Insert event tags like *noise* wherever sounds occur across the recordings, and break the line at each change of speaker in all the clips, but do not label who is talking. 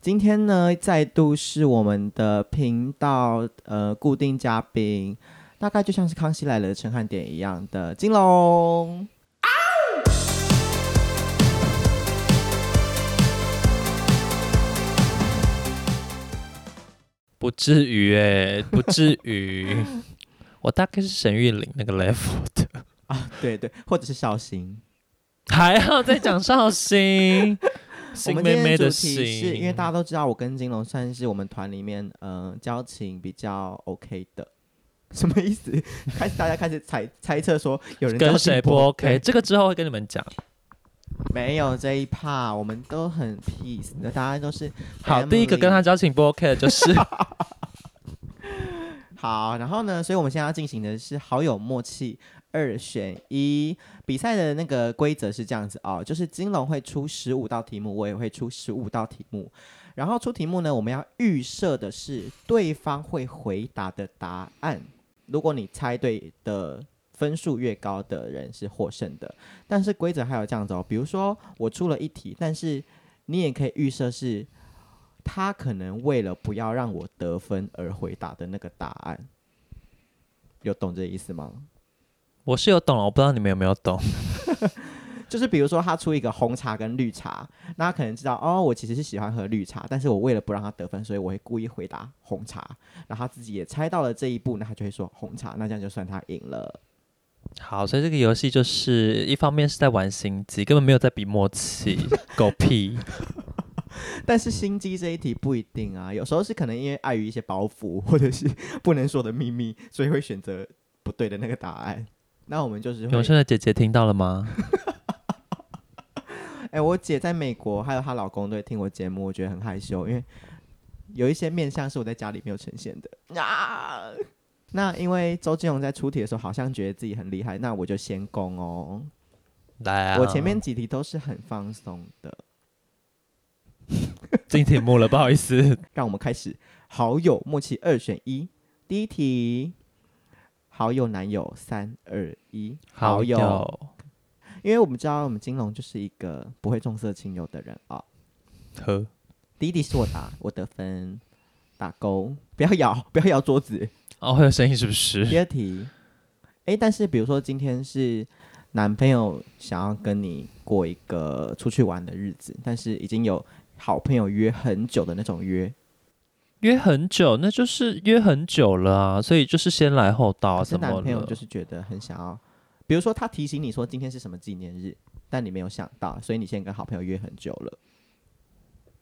今天呢，再度是我们的频道呃固定嘉宾，大概就像是《康熙来了》陈汉典一样的金龙。
不至于哎、不至 *laughs* 于。我大概是沈玉玲那个 level *laughs* 的，
对对，或者是绍兴。
还要再讲绍兴，
我
新
们今
妹
天
妹
的
的
主题是因为
心。
大家都知道，我跟金龙算是我们团里面嗯、呃交情比较 OK 的。什么意思？开始大家开始猜猜测说有人交
跟
情
谁不
对
OK？这个之后会跟你们讲。
没有这一趴，我们都很 peace 的，大家都是
好，第一个
family
跟他交情不 OK 的就是 *laughs*
好。然后呢，所以我们现在要进行的是好友默契二选一比赛的那个规则是这样子哦，就是金龙会出十五道题目，我也会出十五道题目。然后出题目呢，我们要预设的是对方会回答的答案。如果你猜对的分数越高的人是获胜的。但是规则还有这样子哦，比如说我出了一题，但是你也可以预设是他可能为了不要让我得分而回答的那个答案。有懂这意思吗？
我是有懂了，我不知道你们有没有懂。
就是比如说，他出一个红茶跟绿茶，那他可能知道哦，我其实是喜欢喝绿茶，但是我为了不让他得分，所以我会故意回答红茶，然后他自己也猜到了这一步，那他就会说红茶，那这样就算他赢了。
好，所以这个游戏就是一方面是在玩心机，根本没有在比默 *laughs* 契，狗屁。
但是心机这一题不一定啊，有时候是可能因为碍于一些包袱或者是不能说的秘密，所以会选择不对的那个答案。那我们就是会
永，生的姐姐听到了吗？
哎、我姐在美国，还有她老公都会听我节目，我觉得很害羞，因为有一些面相是我在家里没有呈现的啊。 *laughs* 那因为周金龙在出题的时候，好像觉得自己很厉害，那我就先攻哦。
来啊，
我前面几题都是很放松的，
进题目了，不好意思。
让我们开始好友默契二选一。第一题，好友男友三二一，好友，
友
因为我们知道我们金龙就是一个不会重色轻友的人啊、
和
第一题是我答，我得分，打勾，不要摇，不要摇桌子。
哦，会有声音是不是？
第二题，诶，但是比如说今天是男朋友想要跟你过一个出去玩的日子，但是已经有好朋友约很久的那种约，
约很久，那就是约很久了啊，所以就是先来后到啊，
可是
怎
男
么
朋友
了？
就是觉得很想要，比如说他提醒你说今天是什么纪念日，但你没有想到，所以你先跟好朋友约很久了。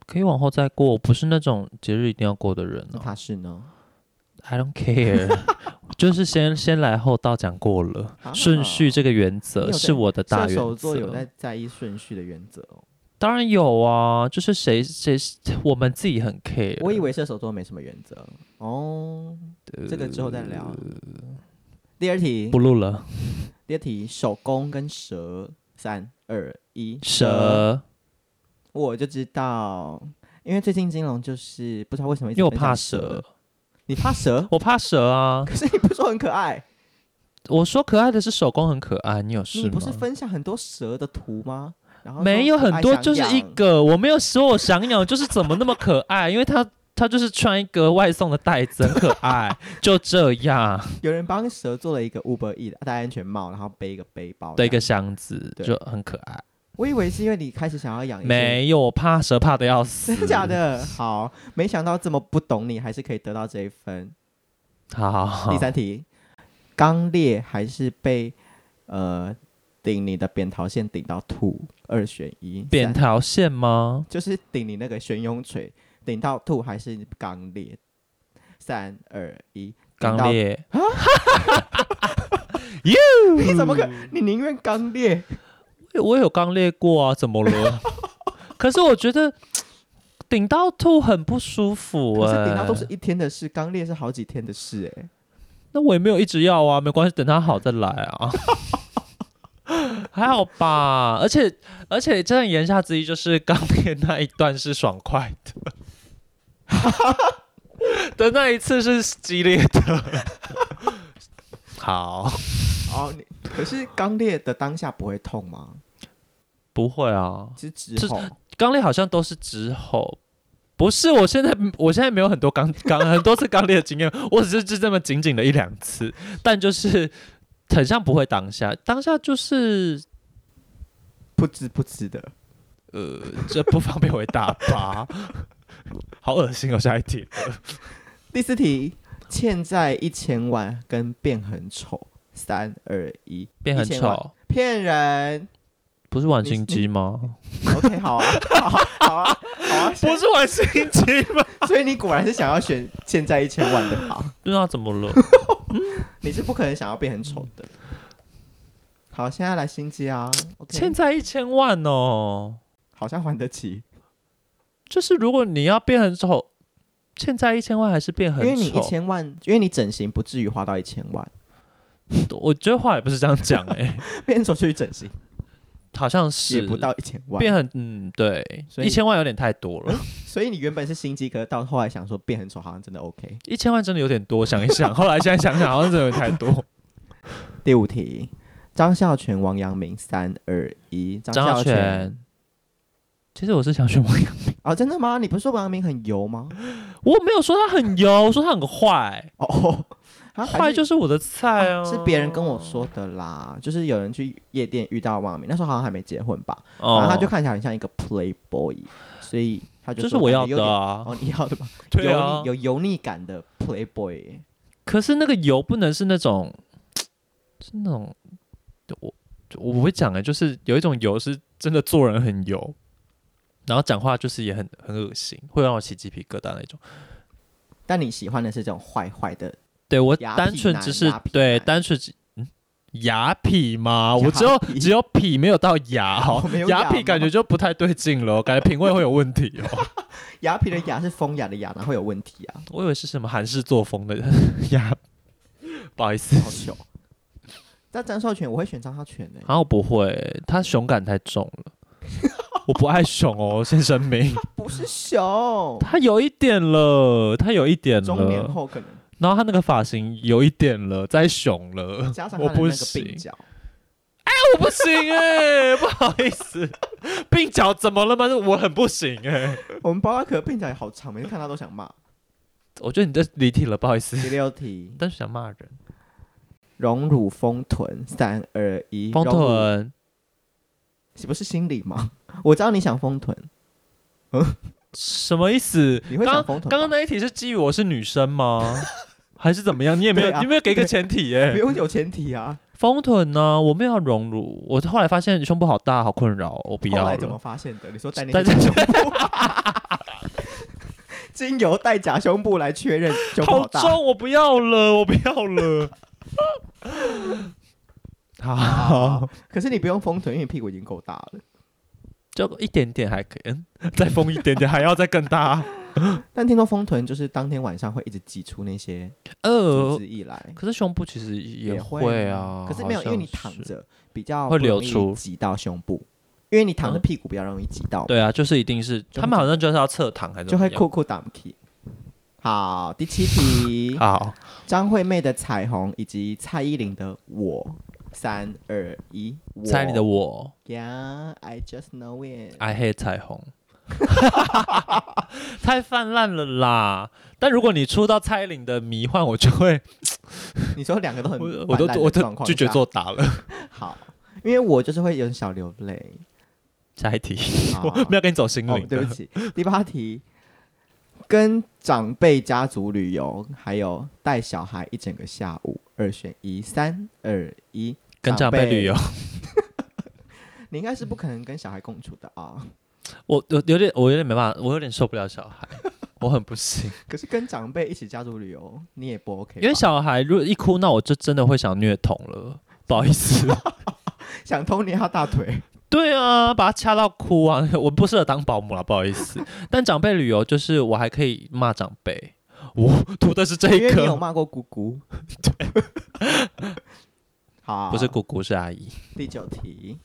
可以往后再过，我不是那种节日一定要过的人
那 *laughs*
哦。
他是呢？
I don't care，就是先 *laughs* 先来后到讲过了，
啊
顺序这个原
你
则
有在
是我的大
射
原
手座有
则。
在在意顺序的原则哦。
当然有啊，就是谁谁我们自己很 care。
我以为射手座没什么原则哦，这个之后再聊。第二题
呃不，录了，
第二题，手工跟蛇，三二一，
蛇，
我就知道，因为最近金龙就是不知道为什么一
因
直
为我
分享
怕蛇，，
你怕蛇？ *laughs*
我怕蛇啊。
可是你不是说很可爱？
我说可爱的是手工很可爱，你有事
你
吗？
不是分享很多蛇的图吗？然后说
没有
可爱
很多，
想
就是一
养
个。我没有说我想养，就是怎么那么可爱？因为他他就是穿一个外送的袋子，很可爱，就这样
有人帮蛇做了一个 Uber E 的戴安全帽，然后背一个背包。
的一个，箱子，
对
就很可爱。
我以为是因为你开始想要养一些，
没有，我怕蛇怕的要死。
真的假的？好，没想到这么不懂你，还是可以得到这一分。
好好好，
第三题，刚烈还是被呃顶你的扁桃腺顶到吐，二选一。
扁
三
桃腺吗？
就是顶你那个旋风锤，顶到吐还是刚烈？三二一，顶
刚
到
烈，
你 *laughs* 怎么可？你宁愿刚烈？
我有刚裂过啊，怎么
*laughs*
了？可是我觉得顶到吐很不舒服
可
哎、
是顶到都是一天的事，刚烈是好几天的事哎、
那我也没有一直要啊，没关系，等他好再来啊。还好吧，而且而且这样言下之意就是刚烈那一段是爽快的，的那一次是激烈的。好，
哦，你可是刚烈的当下不会痛吗？
不会啊，
是之后
刚烈好像都是之后不是，我现在我现在没有很多刚刚很多次刚烈的经验， *laughs* 我只是就这么仅仅的一两次，但就是很像不会当下，当下就是
噗嗤噗嗤的。
呃，这不方便回答吧，好恶心哦，下一题。
第四题，欠债一千万跟变很丑，三二一，
变很
一千万
丑，
骗人。
不是玩
你
心机吗？
OK，好啊，好啊，好啊，好啊。
不是玩心机吗？
所以你果然是想要选欠债一千万的吧？
*laughs* 对啊，怎么了？
你是不可能想要变很丑的。好，现在来心机啊，OK，
欠债一千万哦，
好像还得起，
就是如果你要变很丑，欠债一千万还是变
因
很
为你一
丑？
千万，因为你整形不至于花到一千万，
我觉得话也不是这样讲哎、
变丑去整形
好像
也
是
不到一千万，
变很嗯，对，
所以
一千万有点太多了，
所以你原本是心机，可是到后来想说变很丑好像真的 OK。
一千万真的有点多，想一想，后来现在想想好像真的有点太多。
*laughs* 第五题，张孝全、王阳明，三二一，张
张
孝
小泉，其实我是想选王阳，
哦，真的吗？你不是说王阳明很油吗？
我没有说他很油，我说他很坏，
哦哦， *laughs* 啊还
坏就是我的菜啊，
是别人跟我说的啦，就是有人去夜店遇到王阳明，那时候好像还没结婚吧，然
哦
啊后他就看起来很像一个 playboy，所以他就
这是
说
我
感觉
要
有
的
点
啊，
哦，你要的吧？
*laughs* 对
油
啊
腻，有油腻感的 playboy，
可是那个油不能是那种，是那种，我我不会讲哎、就是有一种油是真的做人很油，然后讲话就是也很很恶心，会让我起鸡皮疙瘩那种。
但你喜欢的是这种坏坏的，
对我
雅痞
单纯
男
只是
雅痞
对
男
单纯只嗯雅痞
*laughs*
嘛，我
雅
只有
痞
只有痞没有到雅哦
*laughs* 我没，有
雅
雅
痞感
吗
觉就不太对劲了哦，感觉品味会有问题哦。
雅痞的雅是风雅的雅，哪会有问题啊？
我以为是什么韩式作风 *laughs* 的雅，不好意思，
好糗。但张少全，我会选张少全欸的、
好像我不会，他熊感太重了。 *laughs* 我不爱熊哦，先声明，
不是熊，
*laughs* 他有一点了，他有一点
中年
了，
后可能
然后他那个发型有一点了，再熊了，
加上他
我
的那
不
个鬓
行，
角，
我不行哎、不好意思，鬓角怎么了吗？我很不行哎、
我们包拉可的鬓角也好长，每次看他都想骂。
我觉得你这离题了，不好意思，
第六题，
但是想骂人，
荣辱丰臀，三二一，
风
荣辱
臀
岂不是心理吗？我知道你想丰臀，
什么意思？
你会
刚
想
刚
丰臀吧
刚刚那一题是基于我是女
*laughs*
生吗？还是怎么样？你也没有，
对啊
你没有给一个前提耶、
不用有前提啊。
丰臀呢？我没有要荣辱，我后来发现胸部好大，好困扰，我不
后
要
来怎么
了。
发现的？你说带那
带
个胸部，
*laughs*
经由带假胸部来确认胸部
好
好大。
重，我不要了，我不
*laughs*
要了。好，
可是你不用丰臀，因为你屁股已经够大了。
就一点点还可以，嗯，再丰一点点，还要再更
*laughs*
大。
但听说丰臀就是当天晚上会一直挤出那些组
呃，
织液来，
可是胸部其实也
会
会啊，
可是没有，
好
因
像
为你躺
是。
着比较
会
不容
流
易
出
挤到胸部，因为你躺着
嗯
屁股比较容易挤到，
对啊，就是一定是
会
他们好像就是要侧躺还是
就会
怎么
酷酷打屁。好，第七题
样。。 *laughs* 好，
张惠妹的《彩虹》以及蔡依林的《我》。三二一，我
猜你的我啊
，Yeah，I just know it。
，I hate
*laughs*
彩虹，太泛滥了啦。但如果你出到蔡依林的迷幻，我就会
你说两个都很
我
泛
我都
滥的
我
状
都
况
拒绝
下
作答了。
好，因为我就是会有点小流泪。
下一题，
好
*laughs* 我没有跟你走心
哦 *laughs*
灵，
对
的
不。起。第八题，跟长辈家族旅游，还有带小孩一整个下午，二选一，三二一。
跟长辈
*laughs*
旅游，
你应该是不可能跟小孩共处的啊、 *laughs*
我我有点我有点没办法，我有点受不了小孩，我很
*laughs*
不行。
可是跟长辈一起家族旅游，你也不 OK，
因
吧
为小孩如果一哭闹，我就真的会想虐童了，不好意思。
*laughs*
*laughs*
想偷捏他大腿。
对啊，把他掐到哭啊！ *laughs* 我不适合当保姆啊，不好意思。 *laughs* 但长辈旅游就是我还可以骂长辈，我图的是这
因
一
为你有
颗，
骂过姑
*laughs*
姑。对，好，
不是姑姑是阿姨。
第九题，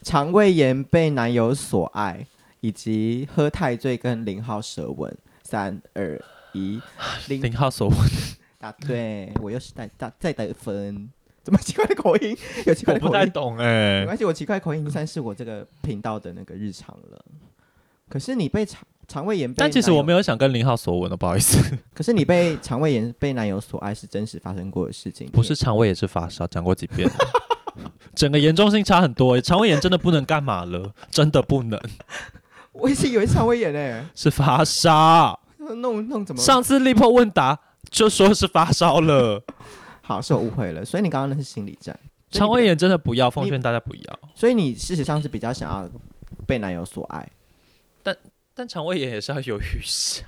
肠胃炎被男友所爱，以及喝太醉跟零号舌吻。三二一，零
零号所
*laughs*
问， *laughs*
答对，我又是带大再得分。 *laughs* 怎么奇怪的口音？有奇怪
我
的
不
口
太
音？ *laughs*
懂哎、
没关系，我奇怪的口音已经算是我这个频道的那个日常了。可是你被肠肠胃炎被，
但其实我没
有，
有想跟林浩索吻的，不好
*laughs*
意思，
可是你被肠胃炎被男友所爱是真实发生过的事情，
不是肠胃也是发烧，讲过几遍了。 *laughs* 整个严重性差很多、欸，肠胃炎真的不能干嘛了，真的不能，
我一直以为肠胃炎呢、
是发烧。
*laughs* 弄弄怎么？
上次力破问答就说是发
*laughs*
烧了，
好，是我误会了，所以你刚刚那是心理战，所以
肠胃炎真的不要，奉
你
劝大家不要。
所以你事实上是比较想要被男友所爱，
但肠胃炎也是要犹豫
*laughs*
一下，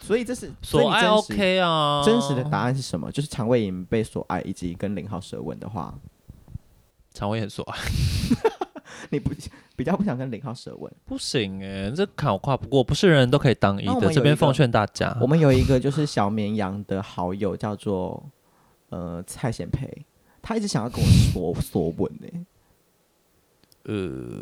所以这是所以
所
你
爱
真实
OK 啊，
真实的答案是什么？就是肠胃炎被所爱，以及跟零号舌吻的话，
肠胃炎所爱
你不比较不想跟零号舌吻。
不行哎、这坎我跨不过，不是人人都可以当一
那我们
的。
有
这边
一个
奉劝大家，
我们有一个就是小绵羊的好友叫做呃蔡显培，他一直想要跟我说 *laughs* 索吻欸呢、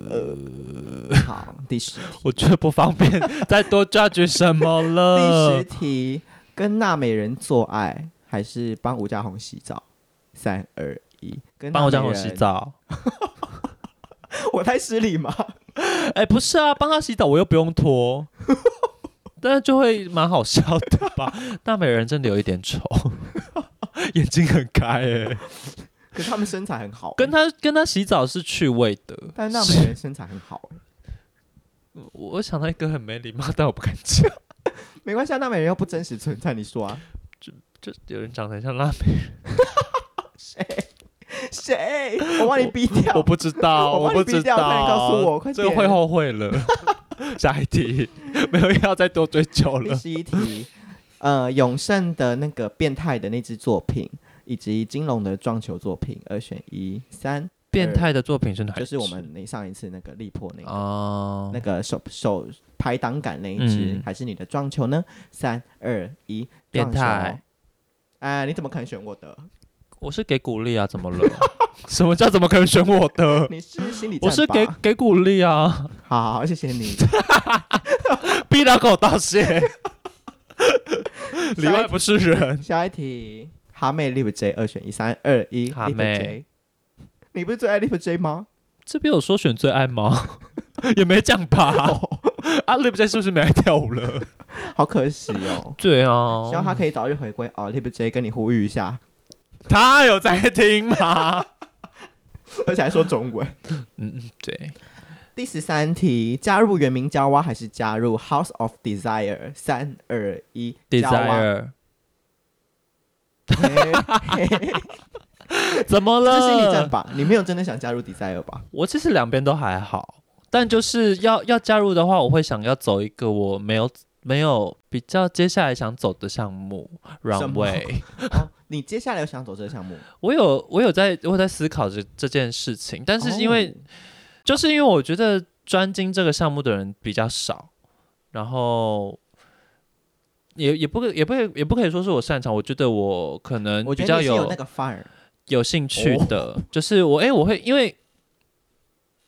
呃，好，第十题，
我觉得不方便再多 judge 什么
*laughs* 第
了
十。题，跟娜美人做爱还是帮吴家红洗澡？三二一，跟
帮我家
娜美
红
人
洗，澡，
*laughs* 我太失礼吗？
哎、不是啊，帮他洗澡我又不用脱，但是就会蛮好笑的
*laughs*
吧？大美人真的有一点丑， *laughs* 眼睛很开哎、
可是他们身材很好，欸
跟他跟他洗澡是趣味的，
但是娜美人身材很好、欸
我我想到一个很没礼貌，但我不敢
*laughs*
讲，
没关系，啊，娜美人又不真实存在，你
*laughs*
说啊？
就有人长得很像拉美，
谁？我帮你逼掉。
我不知 *laughs* 道，
我帮你
不知
逼掉
道，
快点告诉我快
这个
点
会后悔了。 *laughs* 下一题，没有要再多追究
第
了。
十一题， *laughs* 呃，永盛的那个变态的那支作品，以及金龙的撞球作品，二选一，三
变态的作品是哪一
就是我
支
们那上一次那个力破那个、
哦
那，个手手排挡杆那一支，
嗯
还是你的撞球呢？三二一，
变
撞球
态！
哎，你怎么可能选我
*laughs*
的？
我是给鼓励啊，怎么了？ *laughs* 什么叫怎么可能选我的？
你是心理战
*laughs* 我
吧？
是给给鼓励啊，
好好好，谢谢
*laughs*
你。
逼他跟我道 *laughs* 歉。里外不是人，
下一题，哈妹 Lip J 二选一，三二一，
哈
Lip
妹
J，你不是最爱 Lip J 吗？
这边有说选最爱吗？ *laughs* 也没讲 *laughs* 吧。阿丽不啊在，是不是没来跳舞了？
好可惜哦。
对啊
希望他可以早日回归哦，Lip J 跟你呼吁一下， *laughs*
他有在听吗？
而且还说中文。
嗯，对，
*laughs* 第十三题，加入原名娇蛙还是加入 House of Desire？三二一
desire
娇蛙嘿嘿嘿
怎么
这是心理战
了？
吧？你没有真的想加入 Desire 吧？
我其实两边都还好，但就是要要加入的话，我会想要走一个我没有没有比较接下来想走的项目
什么
runway。
哦，你接下来有想走这个项目？
我有我有在我有在思考这这件事情，但是因为、
哦
就是因为我觉得专精这个项目的人比较少，然后也也不可也不可以也不可以说是我擅长，我觉得我可能
我觉
嗯
得
比较
你是
有
有那个范儿，
有兴趣的，就是我哎、我会因为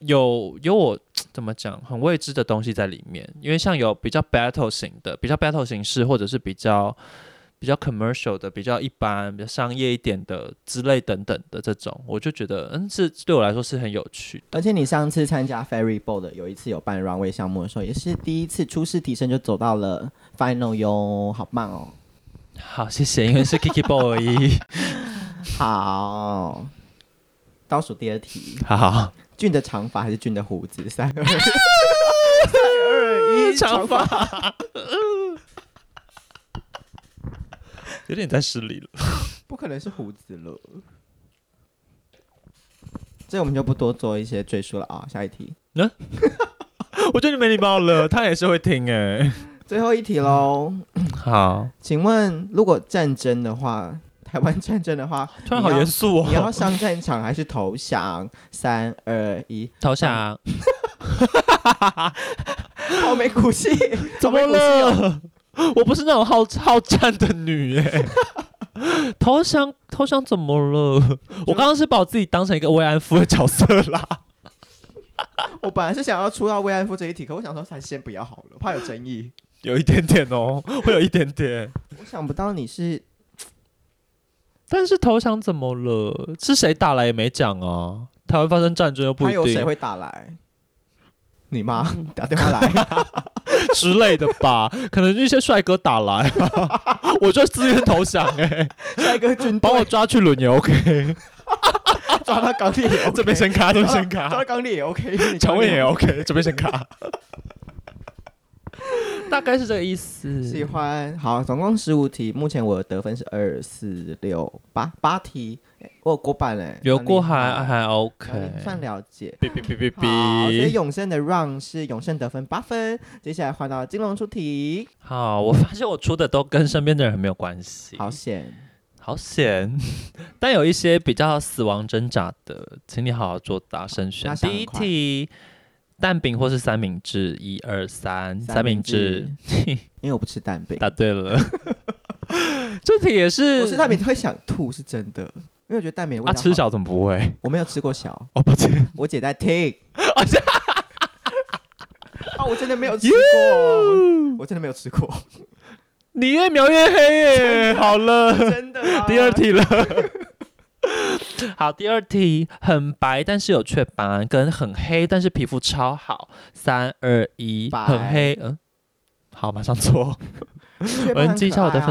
有有我怎么讲很未知的东西在里面，因为像有比较 battle 型的，比较 battle 形式，或者是比较比较 commercial 的，比较一般、比较商业一点的之类等等的这种，我就觉得嗯，是对我来说是很有趣的。
而且你上次参加 Ferry Boat 的有一次有办 runway 项目的时候，也是第一次初试提升就走到了 final 哟，好棒哦！
好，谢谢，因为是 Kiki Boy 而已。
好，倒数第二题，
*laughs* 好，
俊的长发还是俊的胡
*laughs*
子？三二三二一，
长
发。
有点太失礼了。
不可能是胡子了。这我们就不多做一些赘述了啊、下一题，
我觉得你没礼貌了，他也是会听哎、
最后一题喽。
好，
请问，如果战争的话，台湾战争的话，
*laughs* 突然好严肃
你要
哦。
上战场还是投降？三二一，
投降？
好没骨
*laughs*
气，
怎么了？ *laughs* 我不是那种好好战的女耶、 *laughs* 投降，投降怎么了？我刚刚是把我自己当成一个慰安妇的角色 *laughs* 啦。
我本来是想要出到慰安妇这一题，可我想说，还是先不要好了，怕有争议。
有一点点哦，会有一点点。
我想不到你是
但是投降怎么了？是谁打来也没讲啊？台湾发生战争又不
还
一嗯
有谁
定。
会打来？你妈打电话
*laughs*
来，
之类的吧，可能一些帅哥打来、啊 *laughs* 我就自愿投降哎、
帅哥军
把
队
我抓去轮也 *laughs* OK，
抓到钢铁也 OK，
*laughs* 这边先卡，这边先
抓到
卡，
钢铁也
*laughs*
OK，
肠胃也
有
OK，这边先卡， *laughs* 大概是这个意思。
喜欢。好，总共十五题，目前我的得分是二四六八八题，诶我有过半嘞，
有过
蛮厉害
还还 OK，
蛮厉算了解。
哔哔哔哔
好，所以
哔。
永胜的 round 是永胜得分八分，接下来换到金龙出题，
好，我发现我出的都跟身边的人没有关系，
好险，
好险。 *laughs* 但有一些比较死亡挣扎的，请你好好做答慎选
那。想
第一
很快
题，蛋饼或是三明治，一二三，三明治。， *laughs*
因为我不吃蛋饼，
答对了。 *laughs* 这题也是，
我吃蛋饼会想吐是真的，因为我觉得蛋饼的味
啊，
道
吃
好
小怎么不会？
我没有吃过小，
哦，抱歉，
我姐在
*laughs*
听。啊，我真的没有吃过，我真的没有吃过，
你越描越黑 *laughs* 耶。好了，
真的啊。
*laughs* 第二题了。 *laughs* 好，第二题，很白但是有雀斑，跟很黑但是皮肤超好。三二一，
白
很黑，嗯，好，马上错。
雀斑很可爱啊，
我先记一下我的 *laughs*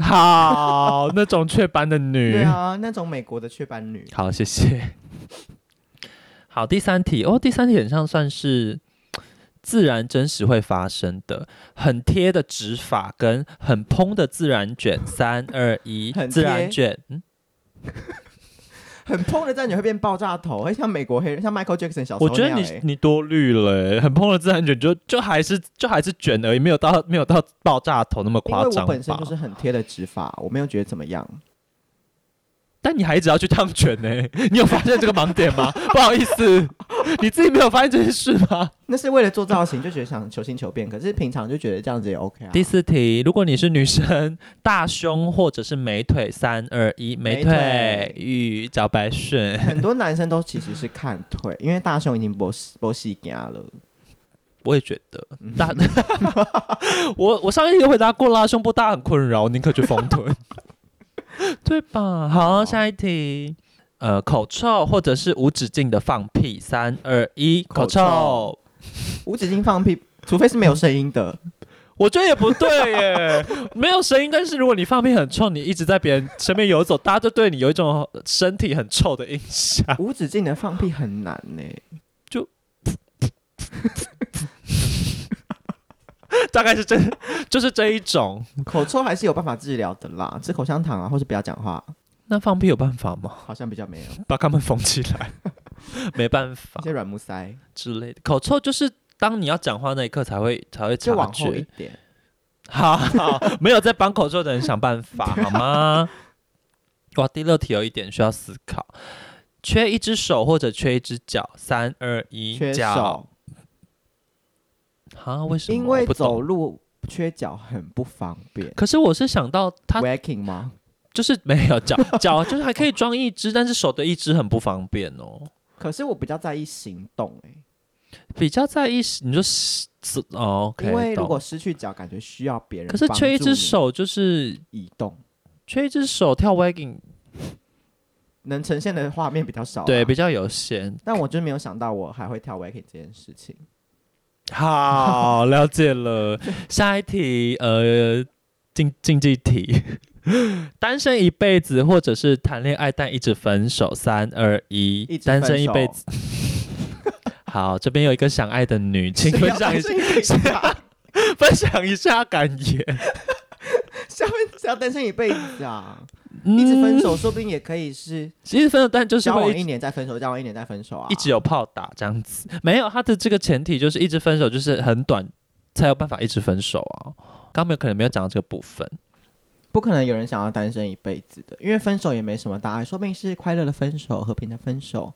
好，那种雀斑的女
对。啊，那种美国的雀斑女，
*laughs* 好，谢谢。好，第三题哦，第三题很像算是自然真实会发生的，很贴的直发跟很蓬的自然卷，三二一
很，
自
贴
然卷，嗯，
很蓬的这样你会变爆炸头，会像美国黑人，像 Michael Jackson 小时候
我觉得
那
你
样欸
你多虑了欸，很蓬的自然卷就就还是就还是卷而已，没有到没有到爆炸头那么
因
夸
为
张
我本身
吧
就是很贴的直发，我没有觉得怎么样。
但你还一直要去烫卷呢、你有发现这个盲点吗？ *laughs* 不好意思，你自己没有发现这件事
*laughs*
吗？
那是为了做造型，就觉得想求新求变，可是平常就觉得这样子也 OK 啊。
*laughs* 第四题，如果你是女生，大胸或者是美腿，三二一，美
美
腿
腿
与脚白顺。
很多男生都其实是看腿，因为大胸已经不不细牙了。
我也觉得大， *laughs* 我我上一题就回答过啦，胸部大很困扰，宁可去缝 *laughs* 臀，对吧？好，
好
下一题，呃，口臭或者是无止境的放屁，三二一，口
口臭
臭。
无止境放屁，除非是没有声音的，
我觉得也不对 *laughs* 耶，没有声音，但是如果你放屁很臭，你一直在别人身边游走，大家就对你有一种身体很臭的印 *laughs* 象。
无止境的放屁很难呢、
*laughs* 大概是这，就是这一种。
口臭还是有办法治疗的啦，吃口香糖啊，或是不要讲话，
那放屁有办法吗？
好像比较没有。
把他们缝起 *laughs* 来，没办法
一些软木塞
之类的。口臭就是当你要讲话那一刻才会才会
就
察
往后一
觉。
点。
*laughs* 好好，没有在帮口臭的人想办
*laughs*
法好吗？哇，第六题有一点需要思考，缺一只手或者缺一只脚。三二一，
缺
脚。
手，
啊？为什么？
因
我
为
不懂
走。路缺脚很不方便。
可是我是想到他
Waking 吗？
就是没有脚脚，就是还可以装一只，但是手的一只很不方便哦。
可是我比较在意行动哎、
比较在意是，你说是是哦，OK，
因为如
懂
果失去脚，感觉需要别人。
可是缺一只手就是
移动，
缺一只手跳 wagging，
能呈现的画面比较少、啊
对，，比较有限。
但我真没有想到我还会跳 Waking 这件事情。
好，了解了。 *laughs* 下一题，呃，竞竞技题， *laughs* 单身一辈子或者是谈恋爱但一直分手，三二一，
一直
单身一
分
辈
手
子。好，这边有一个想爱的女，请
谁
分
要
享一
单 *laughs*
下，
身一辈子啊
分享一下感言。
下面只要单身一辈子啊，*laughs*
嗯
一直分，手，说不定也可以是
一直分手，但就是
交
会一
往
直
一年再分手，交往一年再分手啊，
一直有炮打这样子，没有他的这个前提就是一直分手，就是很短才有办法一直分手啊。刚没有可能没有讲到这个部分，
不可能有人想要单身一辈子的，因为分手也没什么大碍，说不定是快乐的分手、和平的分手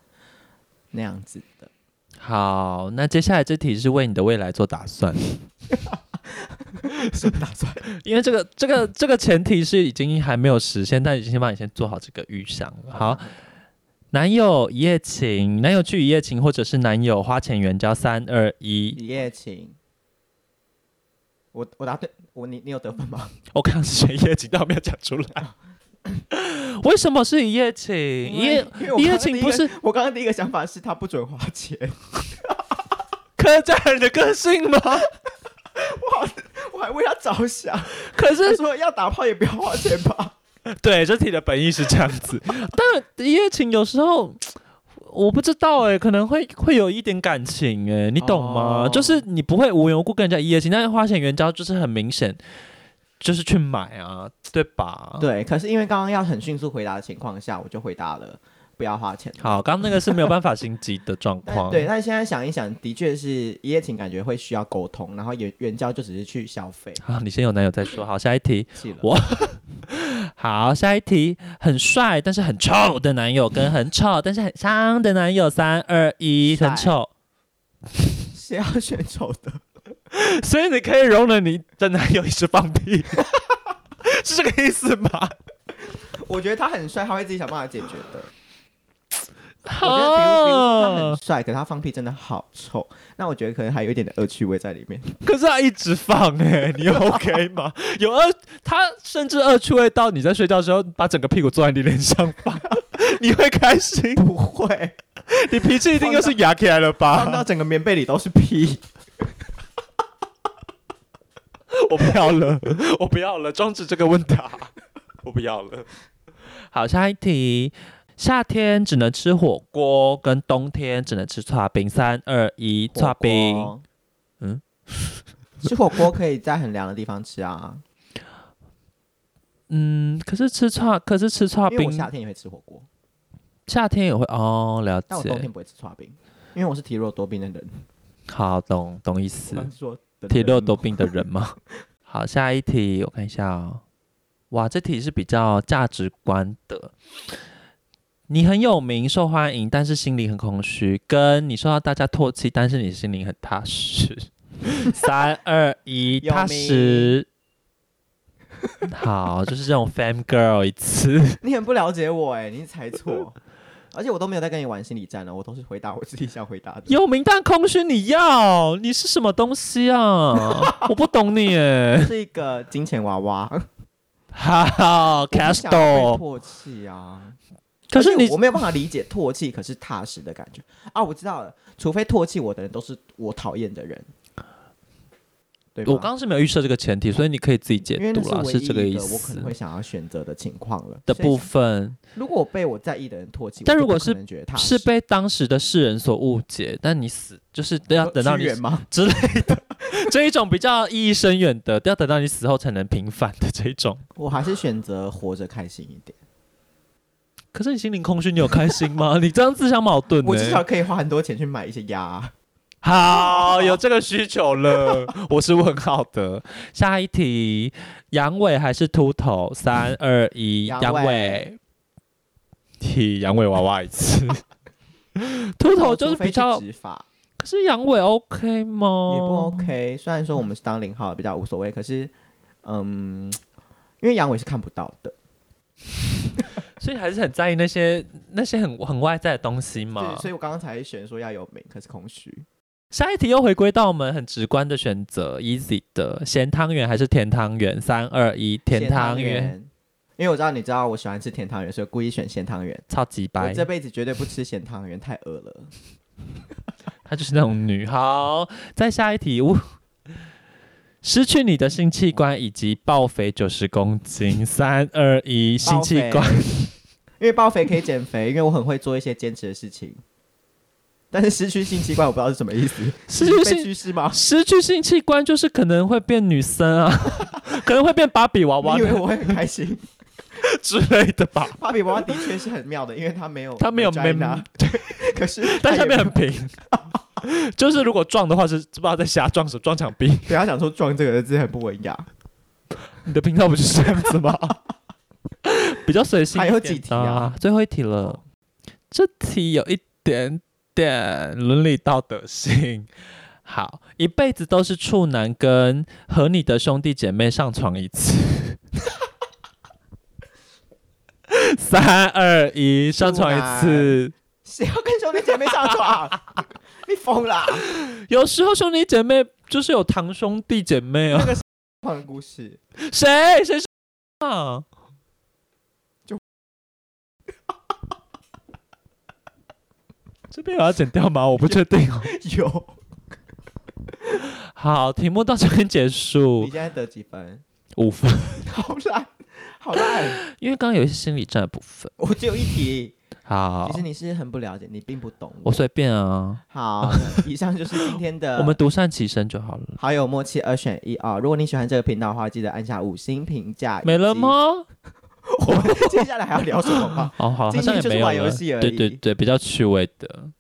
那样子的。
好，那接下来这题是为你的未来做打算，
什么打算？
因为这个这个这个前提是已经还没有实现，但已经先帮你先做好这个预想了。好，男友一夜情，男友去一夜情，或者是男友花钱援交，三二一，
一夜情。 *laughs* 我我答对，我你你有得分吗？
我刚刚是选一夜情，但我没有讲出来。 *coughs* 为什么是一夜情？一夜
因为我刚
一夜
刚
情
第一
不
个
是 *laughs*
我刚刚第一个想法是他不准花钱，
刻家人的个性吗？ *laughs*
我还为他着想，
可是
他说要打炮也不要花钱吧。
*laughs* 对，这题的本意是这样子， *laughs* 但一夜情有时候我不知道哎、可能会会有一点感情哎、你懂吗？
哦
就是你不会无缘无故跟人家一夜情，但是花钱援交就是很明显，就是去买啊，对吧？。
对，可是因为刚刚要很迅速回答的情况下，我就回答了不要花钱。
好，刚刚那个是没有办法心急的
*laughs*
状
但
况，
哎对，但现在想一想，的确是一夜情，感觉会需要沟通，然后援援交就只是去消费，
好，你先有男友再说。好，下一题。
气了。
我好，下一题。很帅但是很臭的男友跟很 *laughs* 丑但是很香的男友，三二一，
帅
很丑。
谁要选丑的？ *laughs*
*laughs* 所以你可以容忍你的男友一直放 *laughs* 屁，是这个意思吗？
我觉得他很帅，他会自己想办法解决的。我
好
觉得比如比如说他很帅，可是他放屁真的好臭，那我觉得可能还有一点的恶趣味在里面。 *laughs*
可是他一直放哎、你 OK 吗？ *laughs* 有二，他甚至恶趣味到你在睡觉的时候把整个屁股坐在你脸上放， *laughs* 你会开心？
不会，
你脾气一定又是压起来了 *laughs*
放
吧
到？整个棉被里都是
*laughs*
屁。
*laughs* 我不要了，我不要了，终止这个问答， *laughs* 我不要了。好，下一题。夏天只能吃火锅，跟冬天只能吃刨冰。三二一，刨冰。
火锅
嗯，
*laughs* 吃火锅可以在很凉的地方吃啊，
*laughs* 嗯，可是吃串，可是吃串
因为我
冰，
夏天也会吃火锅，
夏天也会哦，了
但我冬天
解，
不会吃刨冰，因为我是体弱多病的人。
好懂懂意
我
思
刚，刚说的
体
人
弱多
吗
病的人
*laughs*
吗？好，下一题我看一下哦，哇，这题是比较价值观的。你很有名，受欢迎，但是心里很空虚；跟你受到大家唾弃，但是你心里很踏
*laughs*
实。三二一，
有
踏实。好，就是这种 fam girl 一次。
你很不了解我哎、你猜错，而且我都没有在跟你玩心理战了，我都是回答我自己想回答的。
有名但空虚，你要你是什么东
*laughs*
西啊？我不懂你耶。
是一个金钱娃娃
好 c
我
a
不想
s t
要被
o
唾弃啊！
可是
而且
你
我没有办法理解唾弃，可是踏实的感觉啊！我知道了，除非唾弃我的人都是我讨厌的人，对吧
我刚刚是没有预设这个前提，所以你可以自己解
因为那
读啦，
唯
是
一
这个
一
意
个我可能
思
会想要选择的情况了
的
所以
部分
如果我被我在意的人唾弃，
但
我就
如果
不可
是
能觉得踏
是
实
被当时的世人所误解，但你死就是都要等到
屈
你
原吗？ *laughs*
之类的这一种比较意义深远的，都要等到你死后才能平反的这
*laughs*
一种。
我还是选择活着开心一点。
可是你心灵空虚，你有开心吗？你这样自相矛盾、欸。
我至少可以花很多钱去买一些鸭啊、
好，有这个需求了，我是问号的。下一题，阳痿还是秃头？三二一，
阳
阳
痿
痿。替阳痿娃娃
*laughs*
一次。秃头就是
哦除非
比较，哦
直发，
可是阳痿 OK 吗？
也不 OK。虽然说我们是当零号比较无所谓，可是，嗯，因为阳痿是看不到的，
所以还是很在意那些那些很很外在的东西
对，
嘛
所。以我刚刚才选说要有名，可是空虚。
下一题又回归到我们很直观的选择，easy 的，咸汤圆还是甜汤圆？三二一，甜
咸
汤圆，
圆，因为我知道你知道我喜欢吃甜汤圆，所以故意选咸汤圆。
超级白
我。这辈子绝对不吃咸汤圆，太饿了。
她就是那种女。好，再下一题，我失去你的性器官以及暴肥九十
*laughs*
公斤，三二一，性器官
报肥，因为暴肥可以减肥，因为我很会做一些坚持的事情。但是失去性器官，我不知道是什么意思，
失去
被
性
去世吗？
失去性器官就是可能会变女生
*laughs*
啊，可能会变芭比娃娃
你以为我会很开心？
之类的吧。
芭比娃娃的确是很妙的，因为它没有
它没有
vagina，对， *laughs* 可是
但
它
下
也没
面
有
很平， *laughs* 就是如果撞的话是不知道在瞎撞什么，撞墙壁。
不要想说“撞”这个字很不文雅。
*laughs* 你的频道不就是这样子吗？ *laughs* 比较随性一点的啊。
还有几题啊
最后一题了，这题有一点点伦理道德性。好，一辈子都是处男，跟和你的兄弟姐妹上床一次。 *laughs* 三二一，上床一次。
谁要跟兄弟姐妹上床？你疯啦！
有时候兄弟姐妹就是有堂兄弟姐妹
那
啊，
个是胖的故事，
谁谁是啊？
就
*laughs* 这边有要剪掉吗？我不确定哦。
有
好，题目到这边结
你
束
现，在得几分？
五分。
好烂，好烂！
因为刚刚有一些心理战的部分。
我只有一题。
好
其实，你是很不了解，你并不懂
我随便啊，
好，以上就是今天的
*laughs* 我们独善其身就好了。
好友默契二选一啊、如果你喜欢这个频道的话，记得按下五星评价。
没了？吗？
*laughs* 我们接下来还要聊什么吗？
哦，好，好
今
像
天
也
就是
没有
玩游
了。
戏而
对
已
对对，比较趣味的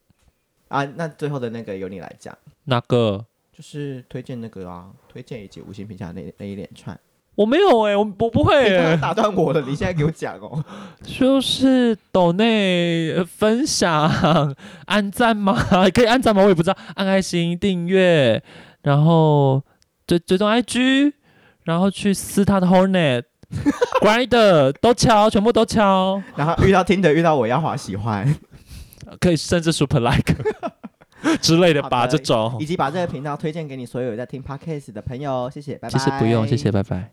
啊，那最后的那个由你来讲，
那个，
就是推荐那个啊，推荐以及五星评价那那一连串。
我没有哎、我我不会
你刚
哎、
刚打断我了，你现在给我讲哦。 *laughs*
就是抖内呃分享、按赞吗？ *laughs* 可以按赞吗？我也不知道，按爱心、订阅，然后追追踪 IG，然后去撕他
*laughs*
的 Hornet、Grinder 都敲，全部都敲，
然后遇到听的遇到我要滑喜欢，
可以甚至 Super Like 之类的吧，
好的
这种
以及把这个频道推荐给你所有在听 podcast 的朋友，谢谢，拜拜。
其实不用，谢谢，。拜拜。